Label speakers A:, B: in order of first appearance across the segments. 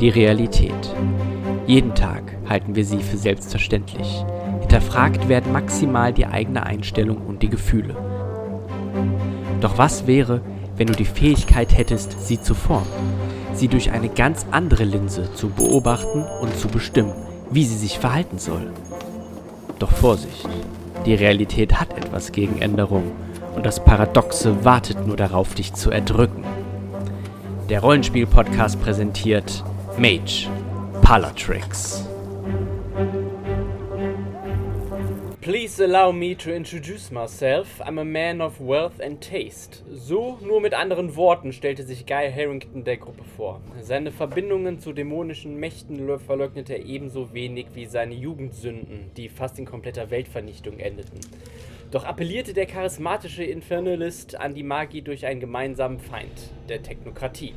A: die Realität. Jeden Tag halten wir sie für selbstverständlich. Hinterfragt werden maximal die eigene Einstellung und die Gefühle. Doch was wäre, wenn du die Fähigkeit hättest, sie zu formen? Sie durch eine ganz andere Linse zu beobachten und zu bestimmen, wie sie sich verhalten soll. Doch Vorsicht, die Realität hat etwas gegen Änderung und das Paradoxe wartet nur darauf, dich zu erdrücken. Der Rollenspiel-Podcast präsentiert Mage Palatrix.
B: Please allow me to introduce myself. I'm a man of wealth and taste. So, nur mit anderen Worten, stellte sich Guy Harrington der Gruppe vor. Seine Verbindungen zu dämonischen Mächten lö- verleugnete er ebenso wenig wie seine Jugendsünden, die fast in kompletter Weltvernichtung endeten. Doch appellierte der charismatische Infernalist an die Magie durch einen gemeinsamen Feind, der Technokratie.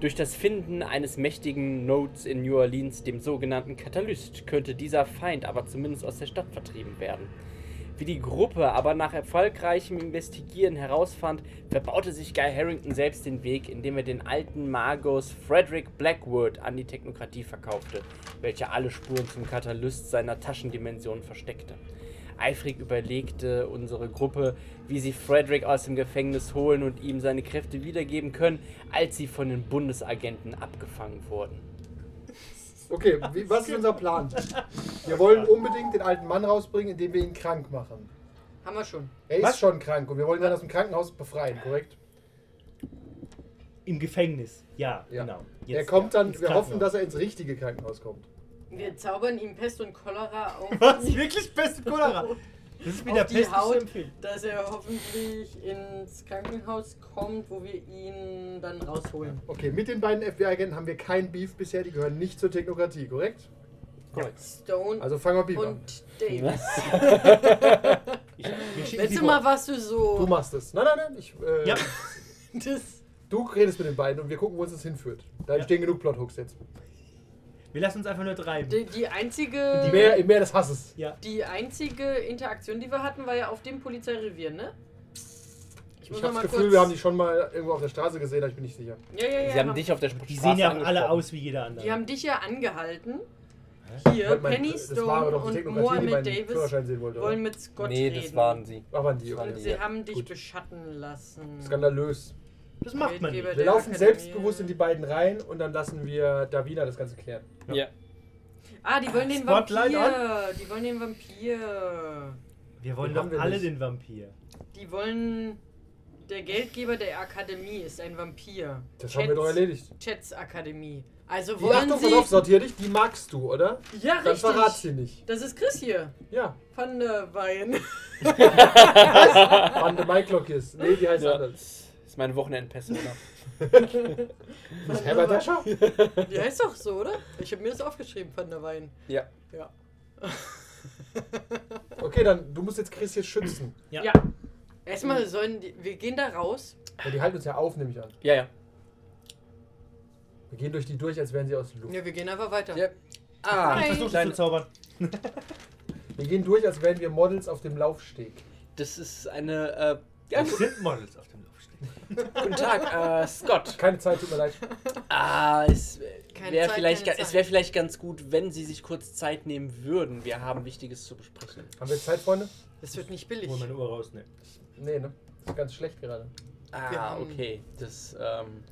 B: Durch das Finden eines mächtigen Nodes in New Orleans, dem sogenannten Katalyst, könnte dieser Feind aber zumindest aus der Stadt vertrieben werden. Wie die Gruppe aber nach erfolgreichem Investigieren herausfand, verbaute sich Guy Harrington selbst den Weg, indem er den alten Magos Frederick Blackwood an die Technokratie verkaufte, welcher alle Spuren zum Katalyst seiner Taschendimension versteckte. Eifrig überlegte unsere Gruppe, wie sie Frederick aus dem Gefängnis holen und ihm seine Kräfte wiedergeben können, als sie von den Bundesagenten abgefangen wurden.
C: Okay, wie, was ist unser Plan? Wir wollen unbedingt den alten Mann rausbringen, indem wir ihn krank machen.
D: Haben wir schon.
C: Er ist schon krank und wir wollen ihn dann aus dem Krankenhaus befreien, korrekt?
E: Im Gefängnis, ja,
C: Ja.
E: genau.
C: er kommt dann, wir hoffen, dass
E: er.
C: er ins richtige Krankenhaus kommt.
D: Wir zaubern ihm Pest und Cholera auf,
E: Was? Wirklich Pest und Cholera? Das ist wie
D: auf
E: der
D: die
E: Pest
D: Haut,
E: Haut.
D: dass er hoffentlich ins Krankenhaus kommt, wo wir ihn dann rausholen.
C: Okay, mit den beiden FBI-Agenten haben wir kein Beef bisher, die gehören nicht zur Technokratie, korrekt?
D: Stone
C: Also fangen wir Beef an.
D: und Davis.
E: Ich, wir schicken
D: Letztes
E: sie
D: Mal warst du so.
C: Du machst es. Nein, nein, nein, ich, äh,
E: Ja.
D: das
C: du redest mit den beiden und wir gucken, wo uns das hinführt. Da
E: Ja.
C: entstehen genug Plothooks jetzt.
E: vor. Wir lassen uns einfach nur treiben.
D: die, die einzige.
C: Die mehr, mehr des Hasses.
E: ja.
D: Die einzige Interaktion, die wir hatten, war ja auf dem Polizeirevier, ne?
C: Ich,
D: muss
C: habe
D: noch
C: das
D: mal
C: Gefühl,
D: kurz-
C: wir haben die schon mal irgendwo auf der Straße gesehen, aber ich bin nicht sicher.
D: Ja, ja, ja.
B: Sie haben dich auf der Straße
E: Die sehen ja auch alle
B: angesprochen.
E: aus wie jeder andere.
D: die haben dich ja angehalten. Hier,
C: Warte mal,
D: Penny
C: äh, das war
D: Stone
C: doch die
D: und
C: Technokratie, die meinen
D: Mohammed Davis
C: Führerschein sehen wollte, oder?
D: wollen mit Scott
B: Nee,
D: reden.
B: das waren sie.
C: Aber die,
B: waren
D: Und
B: die.
C: okay.
D: sie haben dich
C: Gut.
D: beschatten lassen.
C: Skandalös.
E: das macht man nicht.
D: Geldgeber
C: Wir
D: der
C: laufen
D: Akademie.
C: selbstbewusst in die beiden rein und dann lassen wir Davina das Ganze klären.
E: Ja.
B: Ja.
D: Ah, die wollen den
E: Spotlight
D: Vampir. Die wollen den Vampir.
E: Wir wollen
C: Den
E: doch
C: haben wir
E: alle
C: nicht.
E: den Vampir.
D: Die wollen. Der Geldgeber der Akademie ist ein Vampir.
C: Das haben wir doch erledigt.
D: Chats Akademie. Also
C: Die,
D: wollen
C: Achtung, pass auf,
D: sie.
C: sortier dich, die magst du, oder?
D: ja,
C: Dann verrat sie
D: richtig.
C: nicht.
D: Das ist Chris hier.
C: Ja,
D: Von der Wein.
C: Van de Maiklock ist. Nee, die heißt
B: Ja.
C: anders.
B: ist meine Wochenendpessimist.
C: Ist Herbert Escher?
D: Die heißt doch so, oder? Ich habe mir das aufgeschrieben, Van der Wein.
B: ja.
D: Ja.
C: Okay, dann, du musst jetzt Chris hier schützen.
E: Ja.
D: ja. Erstmal sollen die, wir gehen da raus.
C: Ja, die halten uns ja auf, nehme ich an.
B: Ja, ja.
C: Wir gehen durch die durch, als wären sie aus der Luft.
D: Ja, wir gehen einfach weiter.
B: Ja.
E: Ich
D: Ah,
E: versuche das
B: Kleine-
E: zu zaubern.
C: Wir gehen durch, als wären wir Models auf dem Laufsteg.
B: Das ist eine. Äh, ja,
E: Das sind Models auf dem Laufsteg.
B: guten Tag, äh, Scott.
C: Keine Zeit, tut mir leid.
B: Ah, es
D: Keine
B: wäre
D: Zeit,
B: vielleicht,
D: keine
B: ga- es
D: Zeit.
B: wär vielleicht ganz gut, wenn Sie sich kurz Zeit nehmen würden. Wir haben Wichtiges zu besprechen.
C: Haben wir jetzt Zeit, Freunde?
D: das wird nicht billig.
E: Hol meine Uhr raus, ne?
C: Nee, ne? Ist ganz schlecht gerade.
D: Wir
B: Ah,
D: haben-
B: okay. Das, ähm.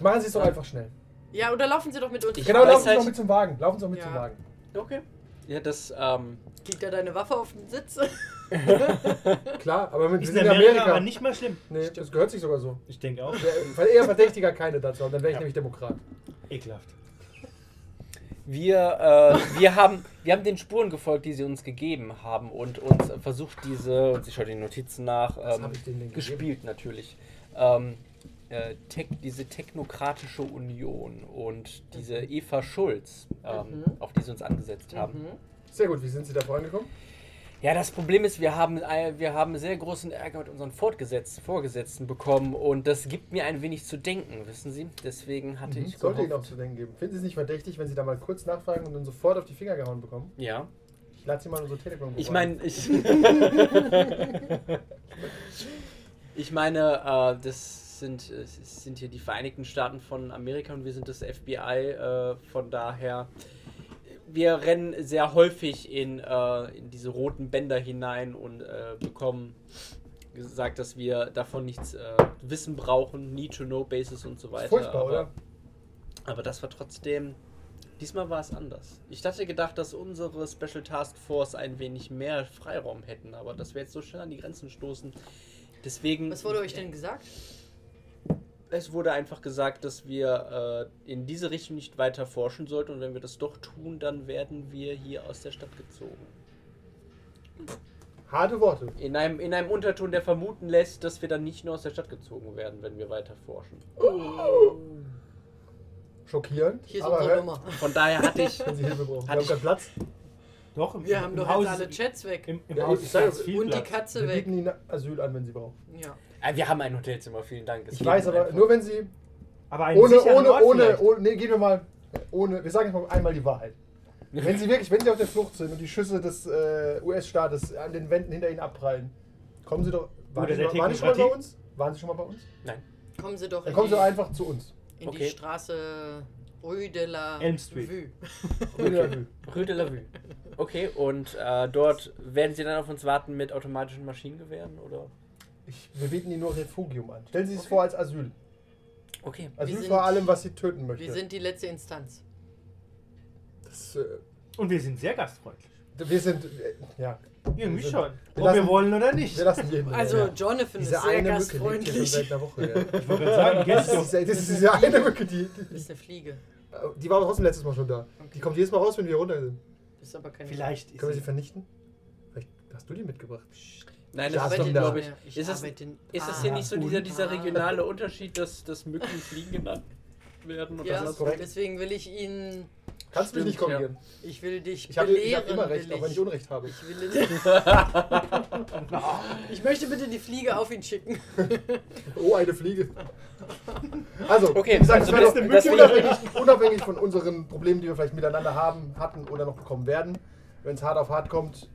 C: Machen Sie es doch einfach schnell.
D: Ja, oder laufen Sie doch mit uns.
B: Ich-
C: Genau,
B: weiß
C: laufen Sie
B: halt-
C: doch mit zum Wagen. Laufen Sie doch mit
D: Ja.
C: zum Wagen.
B: Okay. Ja, das, ähm.
D: Liegt da deine Waffe auf dem Sitz?
C: Klar, aber mit, wir
E: Ist
C: sind
E: in Amerika,
C: Amerika.
E: aber nicht mal schlimm.
C: Nee, das gehört sich sogar so.
E: Ich denke auch.
C: Weil eher Verdächtiger keine dazu haben, dann wäre ich nämlich Demokrat.
E: Ekelhaft.
B: Wir, äh, wir, haben, wir haben den Spuren gefolgt, die sie uns gegeben haben und uns äh, versucht, diese, und ich schaue die Notizen nach, ähm,
C: hab ich denen denn
B: gespielt natürlich, ähm, äh, Tech, diese Technokratische Union und diese
C: Mhm.
B: Eva Schulz, ähm,
D: Mhm.
B: auf die sie uns angesetzt haben.
D: Mhm.
C: Sehr gut, wie sind Sie da vorangekommen?
B: Ja, das Problem ist, wir haben, ein- wir haben sehr großen Ärger mit unseren Fortgesetz, Vorgesetzten bekommen und das gibt mir ein wenig zu denken, wissen Sie? Deswegen hatte ich
C: Ich Mhm. sollte Ihnen auch
B: gehofft-
C: zu denken geben. Finden Sie es nicht verdächtig, wenn Sie da mal kurz nachfragen und dann sofort auf die Finger gehauen bekommen?
B: Ja,
C: Ich lade Sie mal in unsere telegram
B: Ich meine, ich. ich meine, äh, das es sind, es es sind hier die Vereinigten Staaten von Amerika und wir sind das FBI. Äh, von daher, wir rennen sehr häufig in, äh, in diese roten Bänder hinein und äh, bekommen gesagt, dass wir davon nichts äh, wissen brauchen, need to know basis und so weiter.
C: Ist furchtbar,
B: aber,
C: oder?
B: aber das war trotzdem. Diesmal war es anders. Ich hatte gedacht, dass unsere Special Task Force ein wenig mehr Freiraum hätten, aber dass wir jetzt so schnell an die Grenzen stoßen. Deswegen.
D: Was wurde euch denn gesagt?
B: Es wurde einfach gesagt, dass wir äh, in diese Richtung nicht weiter forschen sollten und wenn wir das doch tun, dann werden wir hier aus der Stadt gezogen.
C: Harte Worte.
B: In einem, in einem Unterton, der vermuten lässt, dass wir dann nicht nur aus der Stadt gezogen werden, wenn wir weiter forschen.
C: Schockierend.
D: Hier ist
C: aber
D: unsere
C: hör-
D: Nummer.
B: Von daher hatte ich.
C: Wenn Sie Hilfe brauchen. Wir
B: Hat
C: haben keinen Platz.
E: Doch, im,
D: Wir haben
E: im
D: doch
E: Haus
D: jetzt alle
E: ist-
D: Chats weg.
E: Im, im
C: Ja,
E: Haus
C: ich
E: ist
C: sag-
E: ganz viel
D: Und die
E: Platz.
D: Katze
C: Wir bieten
D: weg.
C: Ihnen Asyl an, wenn Sie brauchen.
D: Ja.
B: Äh, wir haben ein Hotelzimmer, vielen Dank. Es
C: Ich
B: geht
C: weiß aber,
B: einfach.
C: nur wenn Sie
E: Aber einen
C: ohne,
E: sicheren
C: ohne,
E: Ort
C: ohne,
E: vielleicht.
C: ohne, nee, gehen wir mal, ohne, wir sagen jetzt mal einmal die Wahrheit. Wenn Sie wirklich, wenn Sie auf der Flucht sind und die Schüsse des äh, US-Staates an den Wänden hinter Ihnen abprallen, kommen Sie doch, waren,
E: Oder
C: Sie,
E: der
C: waren Sie schon mal bei
E: Technokratie.
C: uns? Waren Sie schon mal bei uns?
D: Also
B: Nein.
D: Kommen Sie doch
C: Dann
D: in,
C: kommen
D: die,
C: Sie einfach zu uns.
D: in
B: Okay.
D: die Straße Rue de la
E: Elm Street.
D: Vue.
C: Okay.
B: Rue de la Vue. Okay, und äh, dort werden sie dann auf uns warten mit automatischen Maschinengewehren oder?
C: Ich, wir bieten Ihnen nur Refugium an. Stellen Sie es vor als Asyl.
B: Okay.
C: Asyl
D: sind-
C: vor allem, was Sie töten möchte.
D: Wir sind die letzte Instanz.
C: das, äh,
E: Und wir sind sehr gastfreundlich.
C: wir sind, äh, ja,
E: Ja, mich
C: sind-
E: schon.
C: wir
E: Ob wir
C: lassen-
E: wollen oder nicht.
C: wir lassen jeden.
D: Also
C: ja.
D: Jonathan
C: diese
D: ist sehr
C: eine Mücke lebt hier schon
D: gastfreundlich.
C: seit einer Woche. Ja.
E: Ich wollte gerade sagen,
C: Das,
E: gehst
C: ist,
E: du.
C: diese- das ist diese eine Mücke, die,
D: Du bist eine Fliege.
C: die war aber trotzdem letztes Mal schon da. Die kommt jedes Mal raus, wenn wir runter sind.
D: Du bist aber keine
E: Vielleicht ist
C: Können wir sie
E: es.
C: vernichten? Vielleicht hast du die mitgebracht.
B: Nein, das
C: Ich
B: ist
C: arbeite
B: doch,
C: nicht
B: glaube
D: mehr.
B: ich.
D: Ich
B: Ist das,
D: arbeite in-
B: ist das hier
E: Ah,
B: nicht so dieser,
E: und-
B: dieser
D: Ah.
B: regionale Unterschied, dass, dass Mücken Fliegen genannt werden? Und
D: Ja,
B: das
C: ist korrekt.
D: deswegen will ich ihn.
C: Kannst du mich nicht
B: Stimmt,
C: korrigieren.
D: Ich will dich
C: Ich habe ich hab
D: belehren.
C: immer recht,
D: will
C: auch wenn ich
D: ich,
C: Unrecht habe.
D: ich will ihn, Ich möchte bitte die Fliege auf ihn schicken.
C: Oh, eine Fliege. Also,
B: Okay,
C: wie gesagt,
B: also
C: das wäre
B: das-
C: doch unabhängig, unabhängig von unseren Problemen, die wir vielleicht miteinander haben, hatten oder noch bekommen werden. Wenn es hart auf hart kommt,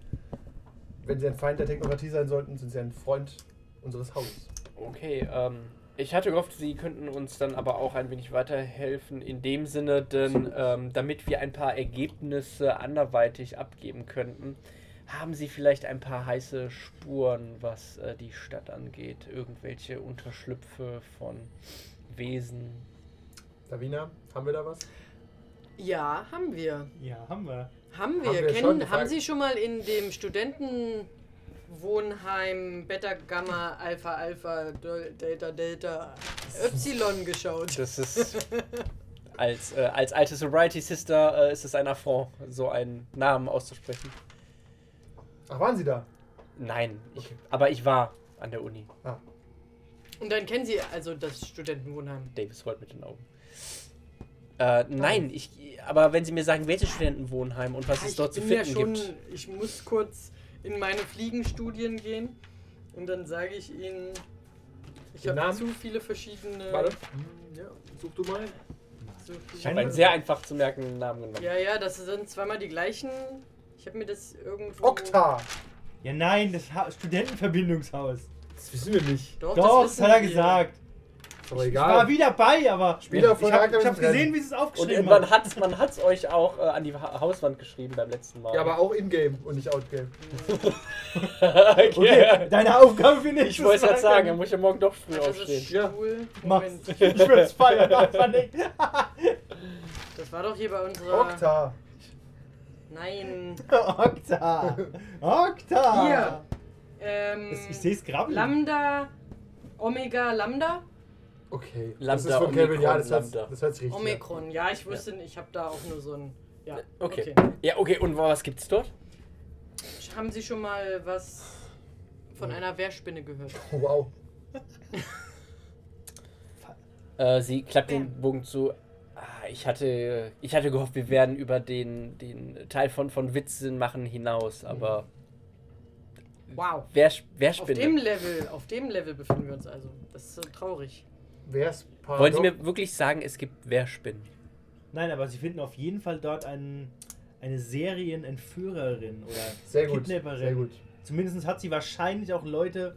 C: wenn sie ein Feind der Technokratie sein sollten, sind sie ein Freund unseres Hauses.
B: Okay, ähm, ich hatte gehofft, Sie könnten uns dann aber auch ein wenig weiterhelfen in dem Sinne, denn ähm, damit wir ein paar Ergebnisse anderweitig abgeben könnten, haben Sie vielleicht ein paar heiße Spuren, was äh, die Stadt angeht, irgendwelche Unterschlüpfe von Wesen.
C: Davina, haben wir da was?
D: Ja, haben wir.
E: Ja, haben wir.
D: Haben wir.
C: Haben wir schon
D: Kennen,
C: gefragt.
D: haben Sie schon mal in dem Studentenwohnheim Beta Gamma Alpha Alpha Del- Delta Delta Ypsilon geschaut?
B: Das ist. Als, äh, als alte Sobriety Sister äh, ist es ein Affront, so einen Namen auszusprechen.
C: Ach, waren sie da?
B: Nein, ich,
C: Okay.
B: aber ich war an der Uni.
C: Ah,
D: Und dann kennen Sie also das Studentenwohnheim.
B: Davis rollt mit den Augen. Äh, nein, ich, aber wenn Sie mir sagen, welches Studentenwohnheim und was es
D: ich
B: dort zu
D: bin ja
B: finden
D: schon,
B: gibt.
D: Ich muss kurz in meine Fliegenstudien gehen und dann sage ich Ihnen, ich
C: Den
D: habe
C: Namen?
D: zu viele verschiedene.
C: warte.
D: Ja,
C: Such du mal.
D: so viele-
E: Ich hab
B: Einen sehr einfach zu merkenden Namen genommen.
D: ja, ja, das sind zweimal die gleichen. Ich habe mir das irgendwo.
C: Okta!
E: Ja, nein, das ha Studentenverbindungshaus.
C: Das wissen wir nicht.
D: Doch,
E: Doch,
D: das
E: das,
D: wissen
E: hat er
D: wir.
E: gesagt.
C: Ist aber
E: Ich war
C: egal.
E: wieder bei, aber
C: Spieler von
E: ich habe
C: Charakter
E: hab
C: müssen
E: gesehen,
C: rennen.
E: wie sie es
B: Und
E: aufgeschrieben
B: irgendwann
E: haben.
B: hat's, man hat's euch auch äh, an die Ha- Hauswand geschrieben beim letzten Mal.
C: Ja, aber auch in-game und nicht out-game.
B: okay.
E: Okay, deine Aufgabe finde ich.
B: Ich wollte es gerade sagen, dann muss ich ja morgen doch früh
D: Alter, das ist
B: aufstehen.
C: Ja.
D: schwul.
E: Mach's.
D: Moment,
E: Ich würde es feiern, mach's mal nicht.
D: das war doch hier bei unserer.
C: Okta!
D: Nein.
E: Okta! Okta!
D: Hier. Ähm,
E: Das, ich sehe es grabbeln.
D: Lambda, Omega, Lambda,
C: Okay.
B: Lambda,
C: das ist von Kevin,
B: Omikron,
C: ja, das hört,
B: Lambda.
C: das hört sich richtig an.
D: Omikron. Ja, ich wusste, nicht, ich habe da auch nur so ein. Ja,
B: Okay. Ja, okay, und was gibt's dort?
D: Haben Sie schon mal was von einer Wehrspinne gehört?
C: Oh, wow.
B: Äh, sie klappt den Bogen zu. Ah, ich hatte, ich hatte gehofft, wir werden über den, den Teil von, von Witzsinn machen hinaus, aber
D: Wow.
B: wer, sp- wer
D: Mhm. Auf
B: spinnt?
D: dem Level, auf dem Level befinden wir uns also. Das ist so traurig.
C: Wer ist
B: Wollen Sie mir wirklich sagen, es gibt Wehrspinnen?
E: Nein, aber sie finden auf jeden Fall dort einen, eine Serienentführerin oder
C: Sehr gut.
E: Kidnapperin.
C: Sehr gut.
E: Zumindest hat sie wahrscheinlich auch Leute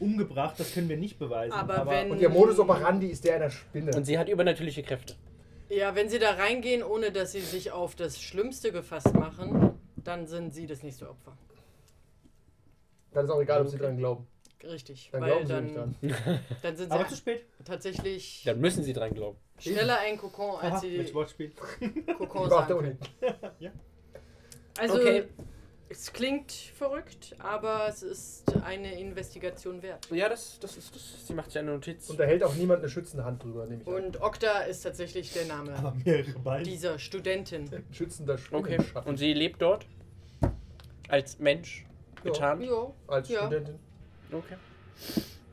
E: umgebracht, das können wir nicht beweisen.
D: Aber wenn-
C: Und ihr Modus operandi ist der einer Spinne.
B: Und sie hat übernatürliche Kräfte.
D: Ja, wenn sie da reingehen, ohne dass sie sich auf das Schlimmste gefasst machen, dann sind sie das nächste Opfer.
C: Dann ist auch egal, ob sie dran glauben.
D: Richtig.
C: Dann
D: weil
C: glauben sie
D: dann,
C: nicht dran.
D: dann sind sie
E: aber zu spät.
D: tatsächlich
B: Dann müssen sie dran glauben.
D: schneller ein Kokon, als
E: Aha,
D: sie
E: mit Wortspiel.
D: Kokon
C: Ach,
D: sagen
C: da
D: können.
C: unten.
D: Also,
B: Okay.
D: es klingt verrückt, aber es ist eine Investigation wert.
B: Ja, das, das ist das. Sie macht sich eine Notiz.
C: Und da hält auch niemand eine schützende Hand drüber, nehme ich an.
D: Und Okta ist tatsächlich der Name
E: Aber mehrere Beine.
D: dieser Studentin.
C: Schützender
B: Okay.
C: Spinnenschatten
B: Und sie lebt dort? Als Mensch?
C: Ja.
B: Getarnt?
D: Jo,
C: als
D: ja.
C: Studentin.
B: Okay.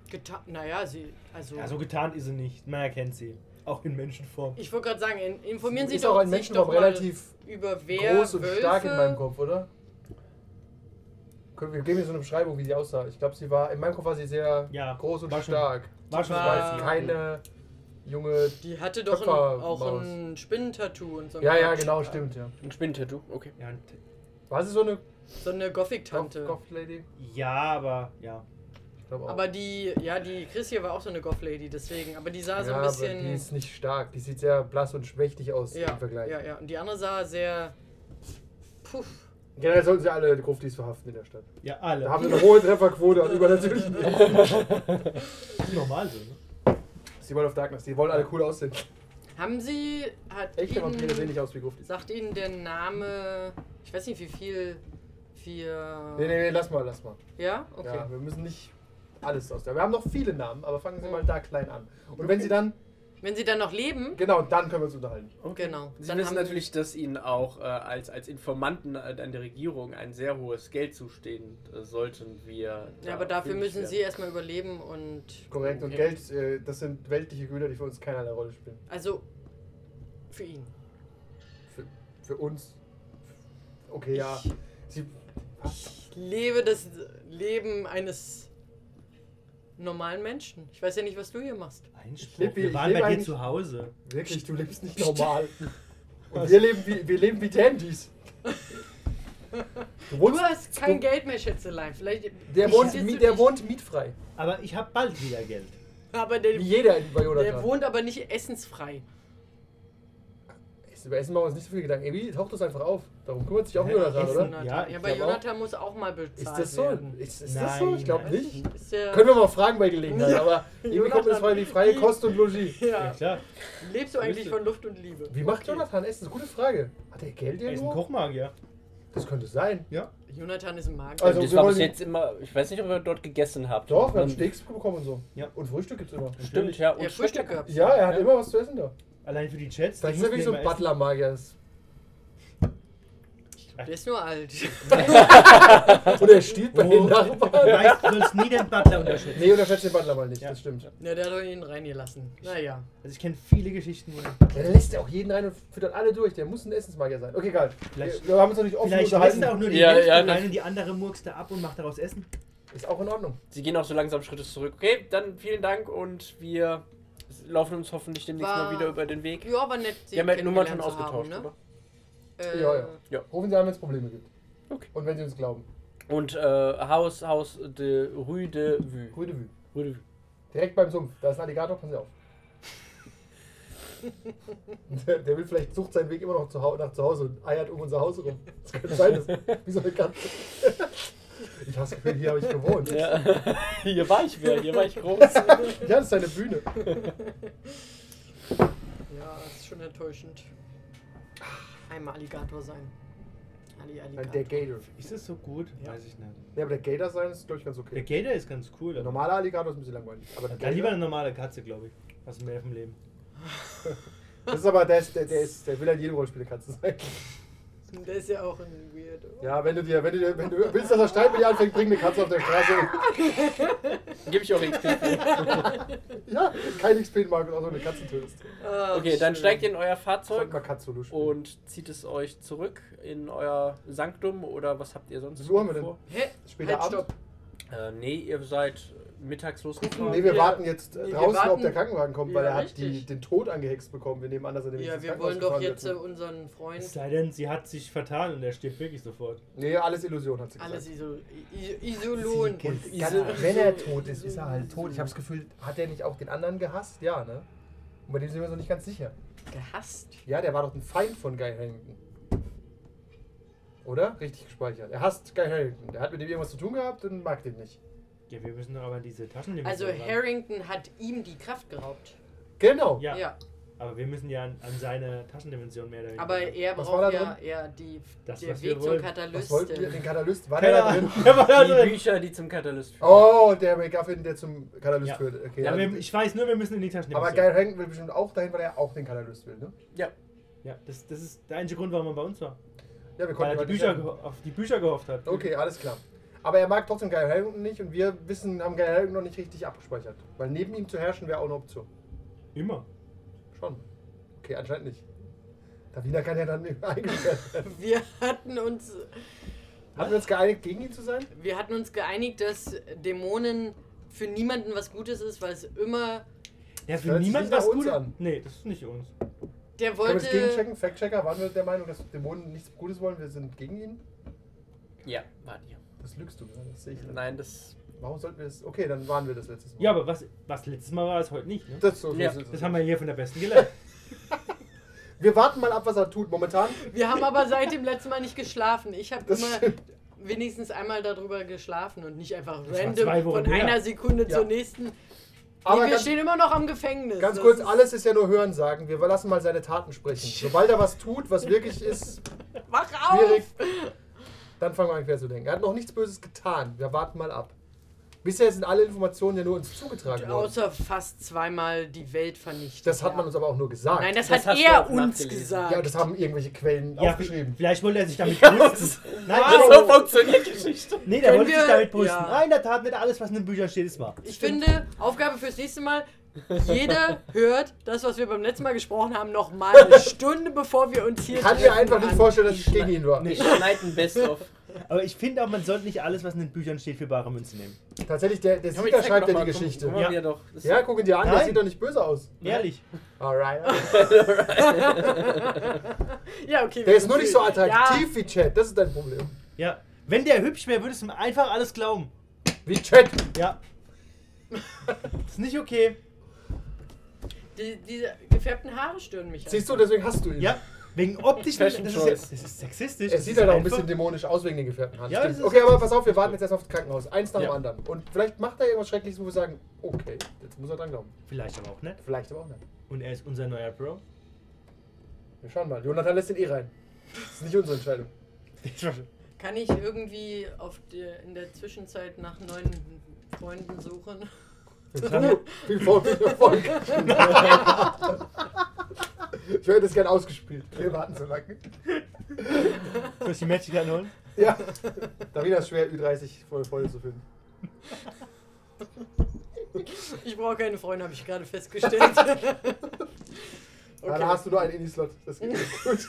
D: getan. Naja, sie. Also.
E: Ja, so getarnt ist sie nicht. Man erkennt sie. Auch in Menschenform.
D: ich wollte gerade sagen, in- informieren Sie
C: ist
D: doch
C: auch ein
D: sich
C: Menschenraum
D: doch mal
C: relativ
D: über wer
C: groß und
D: Wölfe,
C: stark in meinem Kopf, oder? Können wir geben mir so eine Beschreibung, wie sie aussah. Ich glaube, sie war in meinem Kopf war sie sehr
E: Ja,
C: groß und
E: war schon-
C: stark.
E: War schon
D: war-
C: War
E: weiß.
C: jetzt keine junge.
D: Die hatte doch ein,
C: Töpfermaus.
D: auch ein Spinnentattoo und so. ein
C: Ja, ja,
D: Quatsch.
C: genau, stimmt, ja.
B: Ein Spinnentattoo? Okay.
E: Ja, und,
C: War sie so eine
D: So eine Gothic-Tante.
C: Kopf-Lady?
E: ja, aber ja.
C: Ich glaube auch.
D: Aber die, ja, die Chris hier war auch so eine Goth-Lady, deswegen. Aber die sah so
C: ja,
D: ein
C: aber
D: bisschen.
C: die ist nicht stark. Die sieht sehr blass und schmächtig aus
D: ja,
C: im Vergleich.
D: ja, ja. Und die andere sah sehr. Puff.
C: Generell sollten sie alle Gruftis verhaften in der Stadt.
E: Ja,
C: Da
E: alle.
C: haben sie eine hohe Trefferquote an übernatürlichen Elfen.
E: Die normal sind. Ne?
C: Sie wollen auf Darkness, die wollen alle cool aussehen.
D: Haben Sie. Hat
C: Echte Vampire sehen
D: Ihnen,
C: nicht aus wie Gruftis.
D: sagt Ihnen der Name. Ich weiß nicht, wie viel. Wir.
C: Nee, nee, nee, lass mal, lass mal.
D: Ja? Okay.
C: Ja, wir müssen nicht alles aus der. Wir haben noch viele Namen, aber fangen Sie mal da klein an. Und wenn Sie dann,
D: Wenn Sie dann noch leben.
C: genau, dann können wir uns unterhalten.
D: Genau.
B: Sie
D: Dann
B: wissen
D: haben-
B: natürlich, dass Ihnen auch äh, als, als Informanten äh, an der Regierung ein sehr hohes Geld zustehen äh, sollten wir.
D: Ja, aber dafür
B: fündig
D: müssen Sie
B: werden.
D: erstmal überleben und.
C: Korrekt. Und
B: Okay.
C: Geld, äh, das sind weltliche Güter, die für uns keinerlei Rolle spielen.
D: Also. Für ihn.
C: Für, für uns. Okay, ja.
D: Ich-
C: Sie,
D: Ich lebe das Leben eines normalen Menschen. Ich weiß ja nicht, was du hier machst.
E: Einspruch.
C: lebe-
E: Wir
C: ich
E: waren
C: lebe
E: bei dir
C: eigentlich-
E: zu Hause.
C: wirklich, du lebst nicht normal. Und wir leben wie, wir leben wie Dandys. Du
D: Du
C: wohnst,
D: hast kein
C: du-
D: Geld mehr, Schätzelein. Vielleicht.
C: der,
D: Ich
C: wohnt,
D: schätze
C: mi-
D: dich.
C: der wohnt mietfrei.
E: Aber ich habe bald wieder Geld.
D: Aber der,
C: Wie jeder in bei
D: der
C: Jonathan.
D: wohnt aber nicht essensfrei.
C: Essen- Über Essen machen wir uns nicht so viel Gedanken. Ebi, taucht das einfach auf. Darum kümmert sich auch
E: Ja,
C: Jonathan,
E: Essen,
C: oder?
D: Jonathan.
E: Ja,
D: Ja,
E: ich
D: bei
C: glaub auch.
D: Jonathan muss auch mal
C: Ist
D: bezahlt
C: das so?
D: werden.
C: Ist, ist das
E: Nein,
C: so? Ich glaube
E: nein.
C: nicht.
D: Ist der,
C: Können wir mal fragen bei Gelegenheit,
D: Ja.
C: aber irgendwie kommt es vor die freie Kost und Logis.
E: Ja,
D: ja.
E: klar.
D: Lebst du eigentlich
E: Müsste-
D: von Luft und Liebe?
C: Wie macht Jonathan Essen? Gute Frage. Hat er Geld
E: Er ist ein
C: irgendwo?
E: Kochmagier.
C: Das könnte sein.
E: Ja.
D: Jonathan ist ein Magier.
C: Also,
B: das
C: wir
B: war
C: wollen-
B: bis jetzt immer. Ich weiß nicht, ob ihr dort gegessen habt.
C: Doch, wir haben
B: Ähm,
C: Steaks bekommen und so.
E: Ja.
C: Und Frühstück gibt's immer.
B: Stimmt, ja.
D: Ihr Frühstück gehabt.
C: Ja, er hat immer was zu essen da.
E: Allein für die Chats.
C: Vielleicht ist
E: die
C: er
E: mussten
C: wirklich so
E: immer
C: ein
E: essen.
C: Butler-Magier. das-
D: Der ist nur alt.
C: Und er stiehlt bei den
E: Oh.
C: Nachbarn.
E: Du weißt, du sollst nie den Butler unterschätzen.
C: Nee, unterschätzt den Butler mal nicht,
E: Ja.
C: das stimmt.
D: Na, der hat doch ihn reingelassen. Naja.
E: Also ich kenne viele Geschichten, wo
C: Ja, der lässt ja auch jeden ein und füttert alle durch. Der muss ein Essensmagier sein. Okay, egal.
E: Vielleicht-
C: wir haben uns natürlich offen
E: vielleicht
C: unterhalten.
E: essen auch nur die
B: Ja,
E: Hälfte
B: ja,
E: rein
B: das-
E: und die andere murkst du ab und macht daraus Essen.
C: Ist auch in Ordnung.
B: Sie gehen auch so langsam Schritte zurück. Okay, dann vielen Dank und wir laufen uns hoffentlich demnächst
D: War-
B: mal wieder über den Weg.
D: Ja, aber nett. sie
B: Wir haben halt Nummern schon
D: kennengelernt zu
B: ausgetauscht,
D: haben, ne?
B: oder?
D: Äh,
C: Ja, ja. Rufen Sie an, wenn es Probleme gibt.
B: Okay.
C: Und wenn Sie uns glauben.
B: Und äh, Haus, Haus de Rue de Vue.
C: Gute Vue.
B: Rue de Vue.
C: Direkt beim Sumpf. Da ist ein Alligator, passen Sie auf. Der, der will vielleicht sucht seinen Weg immer noch zu Hau- nach zu Hause und eiert um unser Haus rum. Das könnte sein, das wie so eine Katze. Ich habe das Gefühl, hier habe ich gewohnt. Ja,
B: Ja. Hier war ich wer, hier war ich groß.
C: das ist seine Bühne.
D: Ja, das ist schon enttäuschend. Ah, Einmal Alligator sein. Ali
C: Nein, der
D: Alligator.
C: Gator.
E: Ist das so gut?
D: Ja.
E: Weiß ich nicht.
C: Ja, aber der Gator sein ist, glaube ich, ganz
E: Der
C: okay.
E: Gator ist ganz cool.
C: Der
E: Aber
C: normale Alligator ist ein bisschen langweilig. Aber der
E: Ja, lieber
C: Gator,
E: eine normale Katze, glaube ich. Was mehr vom Leben.
C: das ist aber, der, ist, der, der, ist, der will halt jede Rollenspiel Katze sein.
D: Der ist ja auch ein Weirdo.
C: Ja, wenn du dir, wenn du, dir- wenn du willst, dass er Streit mit dir anfängt, bring eine Katze auf der Straße.
B: Gebe ich auch XP.
C: Ja, kein XP, Markus, außer wenn du Katzen tötest.
D: Ah,
B: Okay, dann
D: schön.
B: steigt ihr in euer
C: Sag mal
B: Fahrzeug
C: Katze,
B: und zieht es euch zurück in euer Sanktum oder was habt ihr sonst
C: Was Uhr haben wir
B: vor?
D: Hä?
C: Später
D: halt,
C: Abend?
D: stopp.
B: Äh, nee, ihr seid mittags losgefahren?
C: Nee, wir
D: Wir-
C: warten jetzt äh,
D: wir
C: draußen, ob
D: warten-
C: der Krankenwagen kommt, weil
D: Ja,
C: er hat die,
D: richtig.
C: den Tod angehext bekommen. Wir nehmen an, dass er nämlich
D: Ja,
C: ins
D: wir
C: Krankenhaus
D: wollen doch
C: gefahren
D: jetzt äh,
C: wird.
D: unseren Freund
E: Es sei denn, sie hat sich vertan und er stirbt wirklich sofort.
C: Nee, alles Illusion, hat sie gesagt.
D: alles iso i- isolieren.
C: Und
D: Iso-
C: ganz, wenn er tot ist, ist er halt tot. Ich habe das Gefühl, hat er nicht auch den anderen gehasst? Ja, ne? Und bei dem sind wir uns noch nicht ganz sicher.
D: gehasst.
C: Ja, der war doch ein Feind von Guy Harrington. Oder? Richtig gespeichert. Er hasst Guy Harrington. Der hat mit dem irgendwas zu tun gehabt und mag den nicht.
E: Ja, wir müssen doch aber diese Taschendimension.
D: Also
E: ran.
D: Harrington hat ihm die Kraft geraubt.
C: Genau.
E: Ja,
D: Ja,
E: aber wir müssen ja an, an seine Taschendimension mehr oder weniger.
D: aber
E: ran.
D: er
C: Was war
D: braucht
C: da
D: ja
C: drin?
D: eher die
E: Das,
D: der
E: was wir
D: Weg zum
E: wollen.
C: Was wollten wir?
D: Katalysten.
C: Den Katalyst? War der
E: Keine
C: da drin?
E: Ahnung. Er war da
B: Die
E: drin.
B: Bücher, die zum Katalyst führen.
C: Oh, der McGuffin, der zum Katalyst
E: Ja.
C: führt. Okay,
E: Ja,
C: also-
E: wir, ich weiß nur, wir müssen in die Taschendimension.
C: aber Guy Harrington will bestimmt auch dahin, weil er auch den Katalyst will, ne?
B: Ja.
E: Ja, das, das ist der einzige Grund, warum er bei uns war.
C: Ja, wir
E: Weil
C: konnten
E: er
C: aber
E: die
C: nicht
E: Bücher
C: sagen.
E: geho- auf die Bücher gehofft hat.
C: Okay, alles klar. Aber er mag trotzdem Guy Harrington nicht und wir wissen, haben Guy Harrington noch nicht richtig abgespeichert. Weil neben ihm zu herrschen wäre auch eine Option.
E: Immer.
C: Schon. Okay, anscheinend nicht. Davina kann ja dann eingesperrt werden.
D: Wir hatten uns
C: Haben wir uns geeinigt, gegen ihn zu sein?
D: wir hatten uns geeinigt, dass Dämonen für niemanden was Gutes ist, weil es immer
E: Ja, für
C: hört sich
E: niemand
C: nicht nach
E: was
C: uns
E: Gutes.
C: an.
E: Nee, das ist nicht uns.
D: der
C: Können wir das
D: wollte
C: gegenchecken? Fact-Checker, waren wir der Meinung, dass Dämonen nichts Gutes wollen? Wir sind gegen ihn?
B: Ja, wart ihr.
C: Das lügst du gerade, das sehe ich. nicht.
B: Nein, das.
C: Warum sollten wir das? Okay, dann waren wir das letztes Mal.
E: Ja, aber was, was letztes Mal war, ist heute nicht. Ne?
C: Das, so,
B: Ja,
C: so, so, so.
E: Das haben wir hier von der Besten gelernt.
C: Wir warten mal ab, was er tut. Momentan
D: Wir haben aber seit dem letzten Mal nicht geschlafen. Ich habe
C: Das
D: immer
C: stimmt.
D: wenigstens einmal darüber geschlafen und nicht einfach
E: war
D: random
E: zwei Wochen
D: von
E: her.
D: einer Sekunde
C: Ja.
D: zur nächsten.
C: Aber
D: nee, wir
C: ganz-
D: stehen immer noch am Gefängnis.
C: Ganz
D: Das
C: kurz,
D: ist-
C: alles ist ja nur Hörensagen. Wir lassen mal seine Taten sprechen. Sobald er was tut, was wirklich ist,
D: Wach auf!
C: schwierig, dann fangen wir an, quer zu denken. Er hat noch nichts Böses getan. Wir warten mal ab. Bisher sind alle Informationen ja nur uns zugetragen worden.
D: Außer fast zweimal die Welt vernichtet.
C: Das hat
D: ja.
C: man uns aber auch nur gesagt.
D: Nein, das,
B: Das
D: hat
B: hast du
D: er
B: auch
D: uns
B: nachgelesen.
D: gesagt.
C: ja, das haben irgendwelche Quellen
E: Ja,
C: aufgeschrieben.
E: Vielleicht wollte er sich damit brüsten. Nein,
B: Ah, so funktioniert Geschichte.
E: nee, der
D: Können
E: wollte sich
D: wir-
E: damit brüsten.
D: ja.
E: Nein, in der Tat nicht alles, was in den Büchern steht, ist wahr.
D: ich finde, Aufgabe fürs nächste Mal. Jeder hört das, was wir beim letzten Mal gesprochen haben, nochmal eine Stunde, bevor wir uns hier.
C: Ich kann mir
D: treffen
C: einfach nicht
D: an.
C: vorstellen, dass ich gegen ihn war.
E: Nee.
B: Ich schneide ein Best-of.
E: Aber ich finde auch, man sollte nicht alles, was in den Büchern steht, für bare Münze nehmen.
C: Tatsächlich, der, der
B: Komm, ich
C: Sieger
B: zeig
C: schreibt
B: noch
C: ja
B: mal.
C: die Geschichte.
B: Guck, guck mal,
E: Ja.
B: wie er doch. das-
C: ja, gucken dir an, das
E: Nein.
C: sieht doch nicht böse aus.
E: Ehrlich.
C: Alright.
D: Ja, okay.
C: Der
D: wir
C: ist
D: sind
C: nur nicht so
D: viel.
C: attraktiv wie Chad. Das ist dein Problem.
E: Ja. Wenn der hübsch wäre, würdest du ihm einfach alles glauben.
C: Wie Chad.
E: Ja. Das ist nicht okay.
D: Ja, die, diese gefärbten Haare stören mich. halt.
C: Siehst du, deswegen hast du ihn.
E: Ja. Wegen optisch. Das
B: Fashion
E: ist, ja,
B: choice.
E: das ist sexistisch.
C: Er
E: Das
C: sieht
E: ist
C: halt auch ein
E: einfach-
C: bisschen dämonisch aus wegen den gefärbten Haaren.
E: Ja,
C: Stimmt.
E: das ist-
C: okay, aber pass auf, wir warten jetzt erst auf das Krankenhaus. Eins nach
E: Ja.
C: dem anderen. Und vielleicht macht er irgendwas Schreckliches, wo wir sagen, okay, jetzt muss er dran glauben.
E: Vielleicht aber auch nicht.
C: Vielleicht aber auch nicht.
E: Und er ist unser neuer Bro.
C: Wir schauen mal. Jonathan lässt ihn eh rein. Das ist nicht unsere Entscheidung.
D: Kann ich irgendwie auf der, in der Zwischenzeit nach neuen Freunden suchen?
C: Uh, viel Erfolg, viel Erfolg. ich hätte das gern ausgespielt. Wir warten so lange.
E: Soll ich die Magic anholen?
C: Ja. Davina ist schwer, Ü30 voll voll zu finden.
D: Ich brauche keine Freunde, habe ich gerade festgestellt. okay.
C: Ja, da hast du nur einen Indie-Slot. Das geht nicht gut.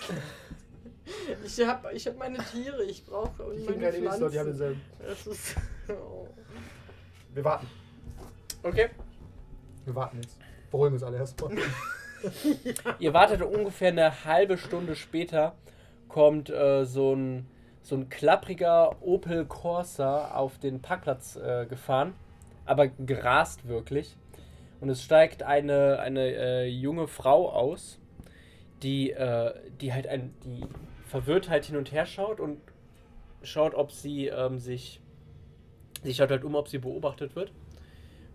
D: Ich habe ich hab meine Tiere, ich brauche
C: Die
D: und
C: kriegen
D: meine
C: keinen Indie-Slot, die haben
D: Pflanzen.
C: denselben.
D: Das ist, oh.
C: Wir warten.
B: Okay.
C: Wir warten jetzt. Beruhigen uns alle erstmal.
B: Ihr wartet ungefähr eine halbe Stunde später, kommt äh, so ein so ein klappriger Opel Corsa auf den Parkplatz äh, gefahren, aber gerast wirklich. Und es steigt eine, eine äh, junge Frau aus, die, äh, die halt ein, die verwirrt halt hin und her schaut und schaut, ob sie ähm, sich. Sie schaut halt um, ob sie beobachtet wird.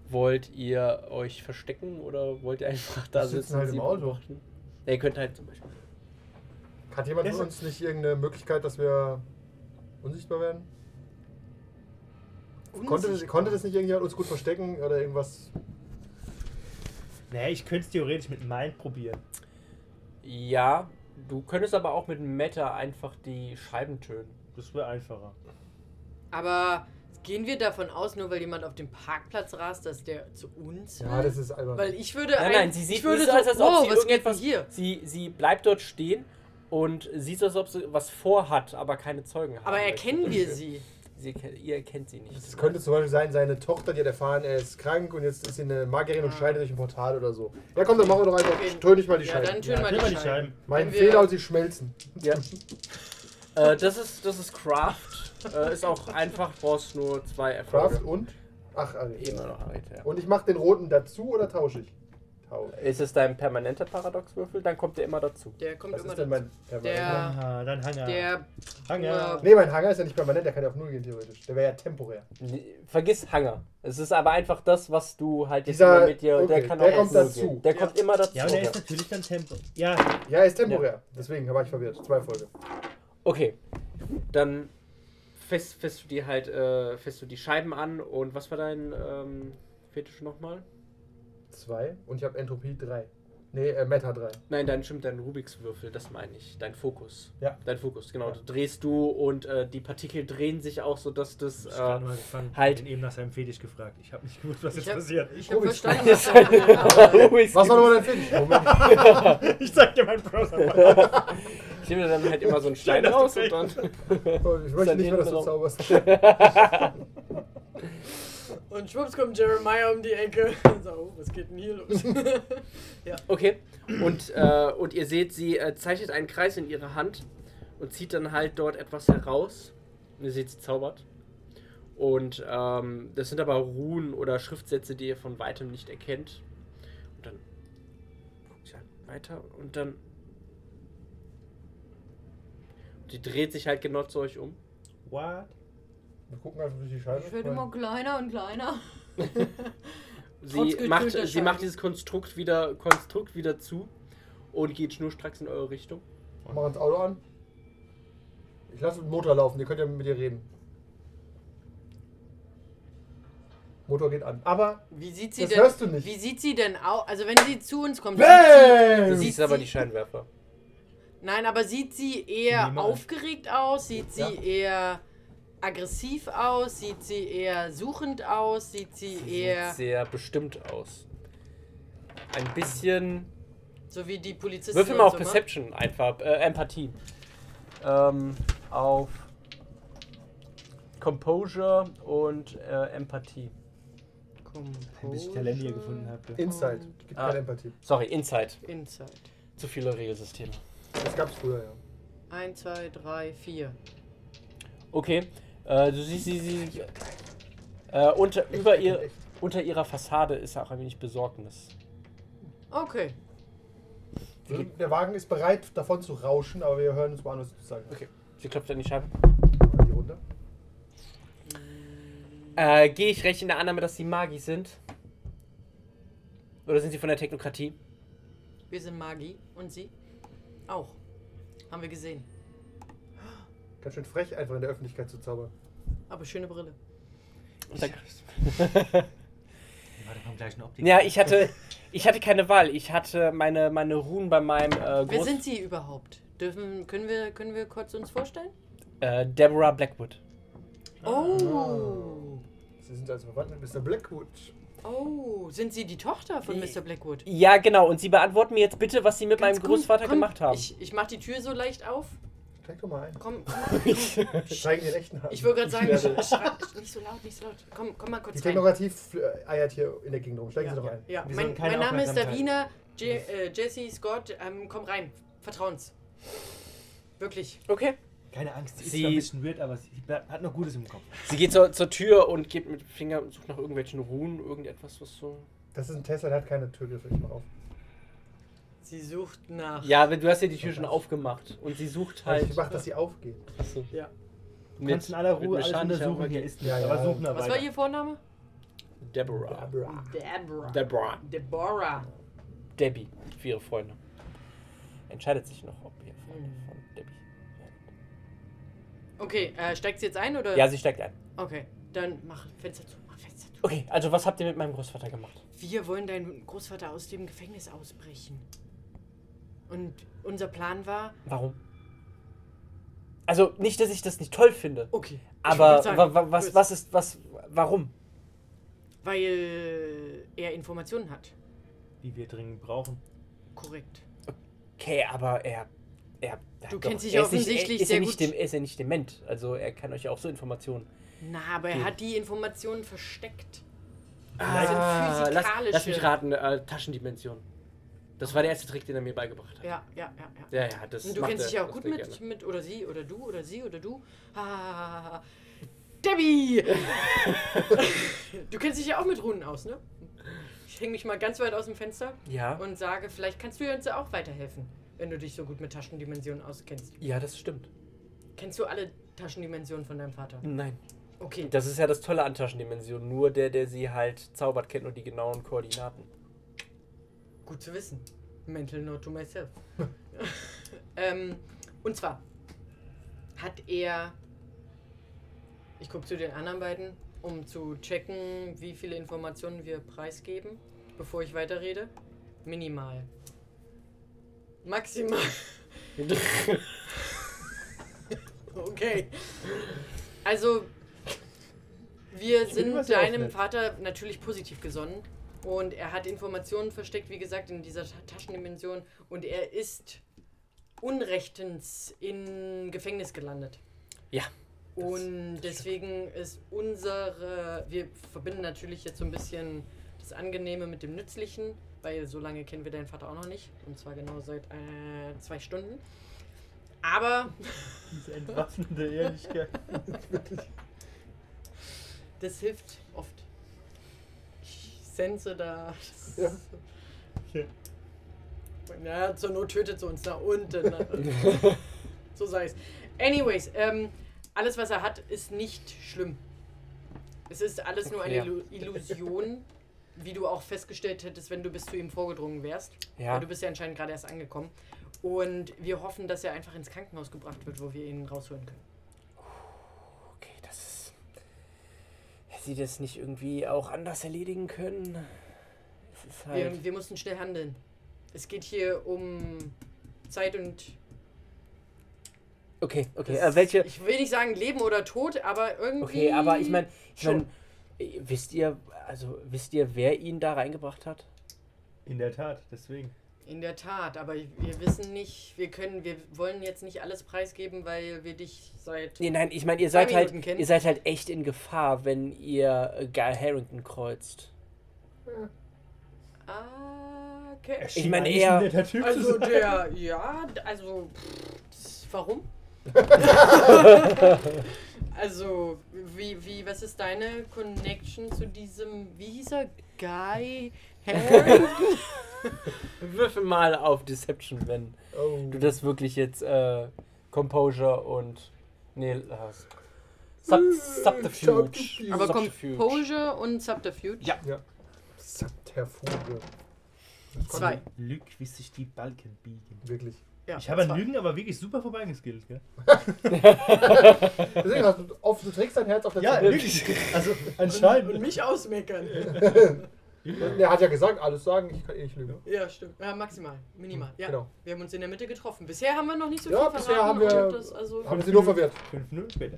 B: Wollt ihr euch verstecken oder wollt ihr einfach da
C: Wir
B: sitzen?
C: sitzen halt
B: und
C: im
B: sie
C: Auto.
B: beobachten? Ja, ihr könnt halt zum Beispiel.
C: Hat jemand von
E: Das-
C: uns nicht irgendeine Möglichkeit, dass wir unsichtbar werden? Konnte, konnte das nicht irgendjemand uns gut verstecken oder irgendwas?
E: Naja, ich könnte es theoretisch mit meinen probieren.
B: Ja, du könntest aber auch mit Meta einfach die Scheiben tönen.
E: Das wäre einfacher.
D: Aber gehen wir davon aus, nur weil jemand auf dem Parkplatz rast, dass der zu uns
C: Ja,
D: will?
C: das ist albern.
D: Weil ich würde.
B: Nein,
D: Äh, ein-
B: nein, sie sieht
D: ich würde
B: nicht
D: so,
B: so, aus, als ob
D: wow,
B: sie
D: was geht denn
B: irgendetwas.
D: hier?
B: Sie, sie bleibt dort stehen und sieht so, als ob sie was vorhat, aber keine Zeugen hat.
D: Aber erkennen wir sie?
B: Sie, ke- ihr kennt sie nicht.
C: Es könnte zum Beispiel sein, seine Tochter, die hat erfahren, er ist krank und jetzt ist sie eine Magierin und schneidet durch ein Portal oder so. Ja komm, dann machen wir doch einfach,
D: Okay.
C: töne ich mal die
D: Ja,
C: Scheibe.
D: dann tun wir
E: nimm
D: die Scheiben.
C: Mein
D: wenn wir-
C: Fehler und sie schmelzen.
B: Ja. äh, das ist das ist Craft. Äh, ist auch einfach, brauchst nur zwei Erfolge.
C: Craft und? Ach, Arit.
B: Immer noch Arete, ja.
C: Und ich mache den roten dazu oder tausche ich? Tausche.
D: Äh,
B: Ist es dein permanenter Paradoxwürfel? Dann kommt der immer dazu.
D: Der kommt
C: Was
D: immer
C: ist denn
D: dazu.
C: mein permanenter?
D: Der-
E: Aha, dann Hanger.
D: Der
E: Hanger.
C: Nee, mein Hanger ist ja nicht permanent, der kann ja auf Null gehen theoretisch. Der wäre ja temporär.
B: Nee, Vergiss Hanger. Es ist aber einfach das, was du halt jetzt
C: Dieser-
B: immer mit dir.
C: okay,
B: der kann
C: der
B: auch
C: kommt
B: auf Null
C: dazu.
B: Gehen. Der
D: Ja.
B: kommt immer dazu.
E: Ja, aber der ist natürlich dann Tempo. Ja,
C: Ja, er ist temporär. Deswegen war ich verwirrt. Zwei Folge.
B: Okay, dann fässt, fässt du dir halt, äh, fässt du die Scheiben an und was war dein ähm, Fetisch nochmal?
C: Zwei. Und ich habe Entropie drei. Nee, äh, Meta drei.
B: Nein, dein stimmt, dein Rubikswürfel, das meine ich. Dein Fokus.
C: Ja.
B: Dein Fokus, genau.
C: Ja.
B: Du drehst du und äh, die Partikel drehen sich auch so, dass das.
E: Ich hab grad
B: Äh,
E: mal gefangen.
B: halt.
E: Ich hab ihn eben nach seinem Fetisch gefragt. Ich habe nicht gewusst, was
D: Ich
E: jetzt
D: hab-
E: passiert. Oh,
D: Ich hab
C: Rubiks-
D: verstanden, was er
B: Rubiks
C: Was war nochmal dein Fetisch? Moment.
E: ich sag dir mein Browser.
B: Ich nehme dann halt immer so einen Stein
E: Schön, dass du
B: raus und dann.
C: Ich möchte nicht mehr, dass du zauberst. Wie
D: Und schwupps kommt Jeremiah um die Ecke. So, oh, was geht denn hier los?
B: Okay. Und, äh, und ihr seht, sie äh, zeichnet einen Kreis in ihre Hand und zieht dann halt dort etwas heraus. Und ihr seht, sie zaubert. Und ähm, das sind aber Runen oder Schriftsätze, die ihr von weitem nicht erkennt. Und dann guckt sie halt weiter und dann. Die dreht sich halt genau zu euch um.
E: What?
C: Wir gucken einfach durch die
D: Ich werde
C: Scheibe.
D: immer kleiner und kleiner.
B: Sie
D: gekühlter
B: macht, sie
D: Scheibe.
B: macht dieses Konstrukt wieder, Konstrukt wieder zu und geht schnurstracks in eure Richtung.
C: Mach das Auto an. Ich lasse den Motor laufen, ihr könnt ja mit ihr reden. Motor geht an. Aber.
D: Wie sieht sie
C: Das
D: denn,
C: hörst du nicht.
D: Wie sieht sie denn aus? Also wenn sie zu uns kommt, sieht
C: Bam!
D: Sie-
B: siehst Also aber die Scheinwerfer.
D: sie, nein, aber sieht sie eher
E: Niemals.
D: aufgeregt aus? Sieht sie
C: Ja.
D: eher aggressiv aus? Sieht sie eher suchend aus? Sieht sie eher
B: sieht sehr bestimmt aus. Ein bisschen.
D: so wie die Polizisten?
B: Würfel mal
D: und
B: auf
D: so, ne?
B: Perception einfach. Äh, Empathie. Ähm, auf Composure und äh, Empathie.
E: Bis ich Talendia gefunden habe.
C: Inside. Gibt
B: Ah.
C: keine Empathie.
B: Sorry, Insight.
D: Inside.
B: Zu viele Regelsysteme.
C: Das gab's früher, ja.
D: 1, 2, 3, 4.
B: Okay. Äh, du siehst sie. sie äh, unter, über
C: Ich bin
B: ihr,
C: echt-
B: unter ihrer Fassade ist auch ein wenig Besorgnis.
D: Okay.
C: Der Wagen ist bereit, davon zu rauschen, aber wir hören uns mal an, was du zu sagen hast.
B: Okay. Sie klopft an die Scheibe.
C: Mal Die Runde.
B: Äh, Gehe ich recht in der Annahme, dass sie Magi sind? Oder sind sie von der Technokratie?
D: Wir sind Magi und sie auch. Haben wir gesehen.
C: Ganz schön frech, einfach in der Öffentlichkeit zu zaubern.
D: Aber schöne Brille.
E: War doch vom gleichen Optik.
B: Ja, ich hatte, ich hatte keine Wahl. Ich hatte meine, meine Ruhen bei meinem äh,
D: Wer
B: Groß...
D: sind Sie überhaupt? Dürfen, können, wir, können wir kurz uns vorstellen?
B: Äh, Deborah Blackwood.
D: Oh.
C: Sie sind also verwandt mit Mr. Blackwood.
D: Oh, sind Sie die Tochter von Mr. Blackwood?
B: Ja, genau. Und Sie beantworten mir jetzt bitte, was Sie mit
D: Ganz
B: meinem
D: komm,
B: Großvater
D: komm,
B: gemacht haben.
D: Ich, ich mach die Tür so leicht auf.
C: Steig doch mal ein.
D: Komm, komm.
C: Ich zeige den rechten Hand.
D: Ich wollte gerade sagen, schrei- nicht so laut, nicht so laut. Komm, komm mal
C: Die
D: kurz rein.
C: Technokratie fl- äh, eiert hier in der Gegend rum. Steigen Sie doch ein.
D: Ja,
E: Wir
D: mein,
E: sollten keine
D: mein Name ist
E: Aufmerksamkeit.
D: Davina, Je, äh, Jesse, Scott. Ähm, komm rein. Vertrauens. Wirklich.
B: Okay.
E: Keine Angst, sie ist
B: Sie-
E: zwar ein bisschen weird, aber sie bleib- hat noch Gutes im Kopf.
B: Sie geht zur, zur Tür und geht mit dem Finger und sucht nach irgendwelchen Ruhen, irgendetwas, was so...
C: Das ist ein Tesla, der hat keine Türgriffe. Ich mach auf.
D: Sie sucht nach.
B: Ja, aber du hast ja die Tür schon aufgemacht. Und sie sucht halt...
C: Also Ich mach, dass sie aufgehen.
B: Achso.
D: Ja.
E: Du kannst in aller Ruhe alles untersuchen, hier ist nichts,
C: Ja, ja.
E: aber suchen wir
D: Was
E: weiter.
D: war Ihr Vorname?
B: Deborah.
C: Bra.
D: Deborah.
B: Deborah.
D: Deborah.
B: Debbie. Für ihre Freunde. Entscheidet sich noch, ob ihr Freunde
D: Hm.
B: von Debbie...
D: Okay, äh, steigt sie jetzt ein oder?
B: Ja, sie steigt ein.
D: Okay, dann mach Fenster zu, mach Fenster zu.
B: Okay, also was habt ihr mit meinem Großvater gemacht?
D: Wir wollen deinen Großvater aus dem Gefängnis ausbrechen. Und unser Plan war.
B: Warum? Also nicht, dass ich das nicht toll finde,
D: Okay. ich
B: aber
D: wollte sagen,
B: wa wa was,
D: gut,
B: was ist, was, warum?
D: Weil er Informationen hat.
E: Die wir dringend brauchen.
D: Korrekt.
B: Okay, aber er, er, er
D: Du
B: hat
D: kennst dich
B: er ist
D: offensichtlich
B: nicht, er, ist
D: sehr
B: er nicht
D: gut.
B: Dem, er ist ja nicht dement, also er kann euch ja auch so Informationen
D: Na, aber er hat die Informationen versteckt.
B: Ah,
D: sind
B: lass,
D: physikalische-
B: lass mich raten, äh, Taschendimension. Das war der erste Trick, den er mir beigebracht hat.
D: Ja, ja, ja, ja.
B: Ja, ja, das
D: Und du
B: macht
D: kennst
B: er-
D: dich ja auch
B: das
D: gut
B: will
D: mit,
B: gerne.
D: mit oder sie oder du oder sie oder du. Ha, ha, ha, ha. Debbie! du kennst dich ja auch mit Runen aus, ne? Ich hänge mich mal ganz weit aus dem Fenster
B: Ja,
D: und sage, vielleicht kannst du uns ja auch weiterhelfen, wenn du dich so gut mit Taschendimensionen auskennst.
B: ja, das stimmt.
D: Kennst du alle Taschendimensionen von deinem Vater?
B: Nein.
D: Okay.
B: Das ist ja das Tolle an Taschendimension. Nur der, der sie halt zaubert, kennt nur die genauen Koordinaten.
D: Gut zu wissen. Mental note to myself. ähm, und zwar hat er. Ich gucke zu den anderen beiden, um zu checken, wie viele Informationen wir preisgeben, bevor ich weiterrede. Minimal. Maximal. Okay. Also, wir sind
E: was ja auch
D: deinem
E: nett.
D: Vater natürlich positiv gesonnen. Und er hat Informationen versteckt, wie gesagt, in dieser Ta Taschendimension. Und er ist unrechtens in Gefängnis gelandet.
B: Ja, das-
D: Und deswegen ist unsere. Wir verbinden natürlich jetzt so ein bisschen das Angenehme mit dem Nützlichen, weil so lange kennen wir deinen Vater auch noch nicht. Und zwar genau seit äh, zwei Stunden. Aber
E: Diese entwaffnende Ehrlichkeit.
D: Das hilft oft. Ich sense da.
C: Ja.
E: Ja.
D: Ja, zur Not tötet sie uns da unten. so sei es. Anyways, ähm, alles, was er hat, ist nicht schlimm. Es ist alles nur eine
B: Ja.
D: Illu- Illusion, wie du auch festgestellt hättest, wenn du bis zu ihm vorgedrungen wärst.
B: Ja.
D: Weil du bist ja anscheinend gerade erst angekommen. Und wir hoffen, dass er einfach ins Krankenhaus gebracht wird, wo wir ihn rausholen können.
B: Okay, das ist. Hätte sie das nicht irgendwie auch anders erledigen können? Es ist halt
D: Wir, wir mussten schnell handeln. Es geht hier um Zeit und.
B: Okay, okay. Äh,
D: das-
B: welche.
D: Ich will nicht sagen Leben oder Tod, aber irgendwie.
B: Okay, aber ich meine, ich
D: schon.
B: mein, äh, wisst ihr, also wisst ihr, wer ihn da reingebracht hat?
E: In der Tat, deswegen.
D: In der Tat, aber wir wissen nicht, wir können, wir wollen jetzt nicht alles preisgeben, weil wir dich seit.
B: Nee, nein, ich meine, ihr
D: Zwei
B: seid halt,
D: Minuten kennen.
B: ihr seid halt echt in Gefahr, wenn ihr äh, Guy Harrington kreuzt.
D: Ah, okay.
E: Er schien
B: meine
E: eigentlich
B: eher-
E: ein netter Typ zu
D: Also
E: sein.
D: der, ja, also. pff, das- Warum? also, wie, wie, was ist deine Connection zu diesem, wie hieß er? Guy Harry?
B: Würfel mal auf Deception, wenn
C: Oh.
B: du das wirklich jetzt äh, Composure und nee, äh, Sub Subterfuge.
C: Subterfuge.
D: Aber
B: Subterfuge.
D: Composure und Subterfuge?
B: Ja.
C: Ja. Subterfuge.
D: Zwei.
E: Lüg, wie sich die Balken biegen.
C: Wirklich.
D: Ja,
E: Ich habe an
D: zwei.
E: Lügen aber wirklich super vorbeigeskillt, gell?
C: Deswegen hast du, auf, du trägst dein Herz auf der
E: Ja,
C: Zunge.
E: wirklich. Also
D: Und
E: anscheinend.
D: mich ausmeckern.
C: Und Er hat ja gesagt, alles sagen, ich kann eh nicht lügen.
D: Ja, stimmt. Ja, maximal, minimal. Ja.
C: Genau.
D: Wir haben uns in der Mitte getroffen. Bisher haben wir noch nicht so
C: Ja,
D: viel
C: bisher
D: verraten.
C: haben wir-
D: und das, also,
C: Haben sie nur verwirrt.
E: 5-0 später.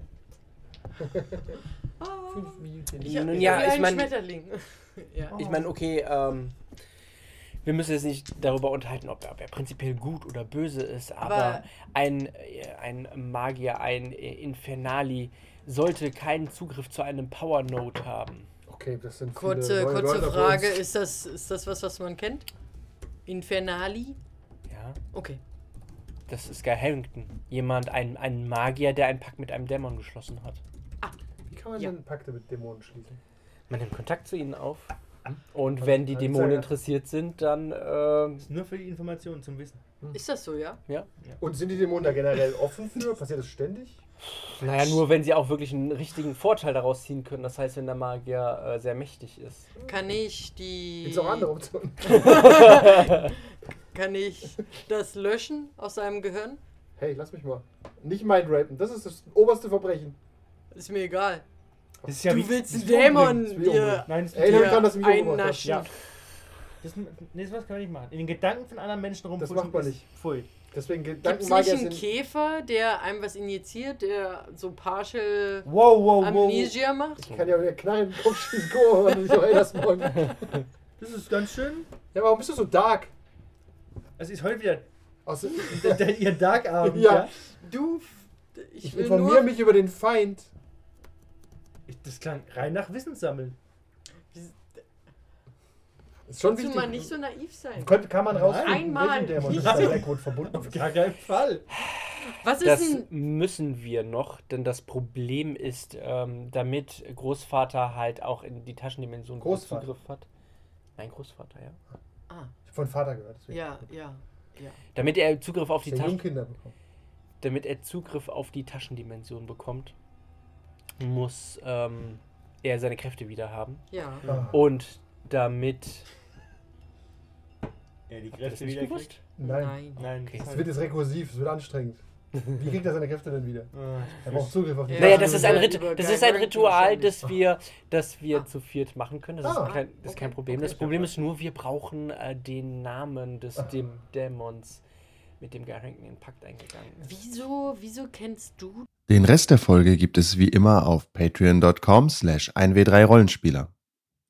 D: Ah,
C: Fünf Minuten.
D: ich hab,
B: Nun
D: ich
B: ja,
D: hab wie
B: ich
D: ein
B: mein-
D: Schmetterling. ja.
B: Ich meine, okay, ähm, wir müssen jetzt nicht darüber unterhalten, ob er, ob er prinzipiell gut oder böse ist, aber,
D: Aber-
B: ein, äh, ein Magier, ein äh, Infernali sollte keinen Zugriff zu einem Power Node haben.
C: Okay, das sind viele
D: Kurze,
C: neue
D: kurze
C: Wörter für
D: Frage,
C: uns.
D: ist das, ist das was, was man kennt? Infernali?
B: Ja,
D: Okay.
B: das ist Guy Harrington. Jemand, ein, ein Magier, der einen Pakt mit einem Dämon geschlossen hat.
D: Ah,
C: Wie kann man
D: Ja.
C: denn Pakte mit Dämonen schließen?
B: Man nimmt Kontakt zu ihnen auf. Und wenn die Dämonen interessiert sind, dann. ähm,
E: Ist nur für die Informationen zum Wissen.
D: Ist das so, ja?
C: Und sind die Dämonen da generell offen für? Passiert das ständig?
B: naja, nur wenn sie auch wirklich einen richtigen Vorteil daraus ziehen können. Das heißt, wenn der Magier äh, sehr mächtig ist.
D: Kann ich die.
C: Gibt es auch andere Optionen?
D: Kann ich das löschen aus seinem Gehirn?
C: Hey, lass mich mal. Nicht Mindrapen, das ist das oberste Verbrechen.
D: Ist mir egal.
E: Das ist ja
D: du willst einen
E: das
C: das
D: Dämon
C: will ich
D: dir,
E: Nein, das,
C: Ey,
E: ist
C: Erinnere mich dran, dass
D: dir
C: du mich umgebracht hast.
D: einnaschen.
E: Ja. das, nee, sowas kann man nicht machen. In den Gedanken von anderen Menschen rumfuschen.
C: macht man
E: ist-
C: nicht.
E: Pfui.
C: Deswegen
D: Gibt es nicht
C: Gedankenmagier
D: einen
C: sind.
D: Käfer, der einem was injiziert, der so partial
E: Wow, wow, wow, wow.
D: Amnesia macht?
C: Ich kann ja mit der Knarre in den Kopf schießen, guck mal, wenn du dich noch erinnerst morgen. Ja,
E: Das ist ganz schön.
C: aber warum bist du so dark?
E: Es ist heute wieder
C: Aus, ich
E: der, der, ihr Darkabend.
C: Ja.
D: Du. f- Ich will
C: informiere
D: nur.
C: mich über den Feind.
E: Ich- Das klang rein nach Wissenssammeln.
C: Ist schon
D: Kannst du
C: wichtig.
D: mal nicht so naiv sein?
C: Könnte, kann man rausfinden,
D: Einmal.
C: welchen Dämon ist da Blackwood verbunden?
E: Auf gar keinen Fall.
D: Was ist
B: Das
D: denn.
B: müssen wir noch, denn das Problem ist, ähm, damit Großvater halt auch in die Taschendimension gut
C: Großvater.
B: Zugriff hat. Nein, Großvater, ja.
D: Ah,
C: Von Vater gehört. Deswegen.
D: ja, ja, ja.
B: Damit er Zugriff auf die
C: Die
B: Taschen,
C: Jungkinder bekommen.
B: damit er Zugriff auf die Taschendimension bekommt, muss ähm, er seine Kräfte wieder haben.
D: Ja. Oh.
C: Ah,
B: Und damit.
E: Ja, die
B: Habt ihr das
E: Kräfte
B: nicht
E: wieder
B: gewusst?
C: nein.
E: Nein.
B: Okay.
C: Es wird jetzt rekursiv, es wird anstrengend. Wie kriegt er seine Kräfte denn wieder?
E: Ah, ich
C: Er braucht Zugriff auf die
D: Ja.
B: Naja,
C: Taschen.
B: das ist ein,
D: über-
B: Rit
D: über
B: das ist
D: Guy
B: ein
D: Barrington
B: Ritual,
D: wahrscheinlich.
B: das wir, das wir
D: Ah.
B: zu viert machen können. Das,
C: Ah.
B: ist, kein, das ist kein
D: Okay,
B: Problem.
D: okay.
B: Das Problem ist nur, wir brauchen äh, den Namen des
C: Ah.
B: dem Dämons, mit dem Geheimnis in den Pakt eingegangen ist.
D: Wieso, wieso kennst du
F: Den Rest der Folge gibt es wie immer auf patreon.com slash 1w3rollenspieler.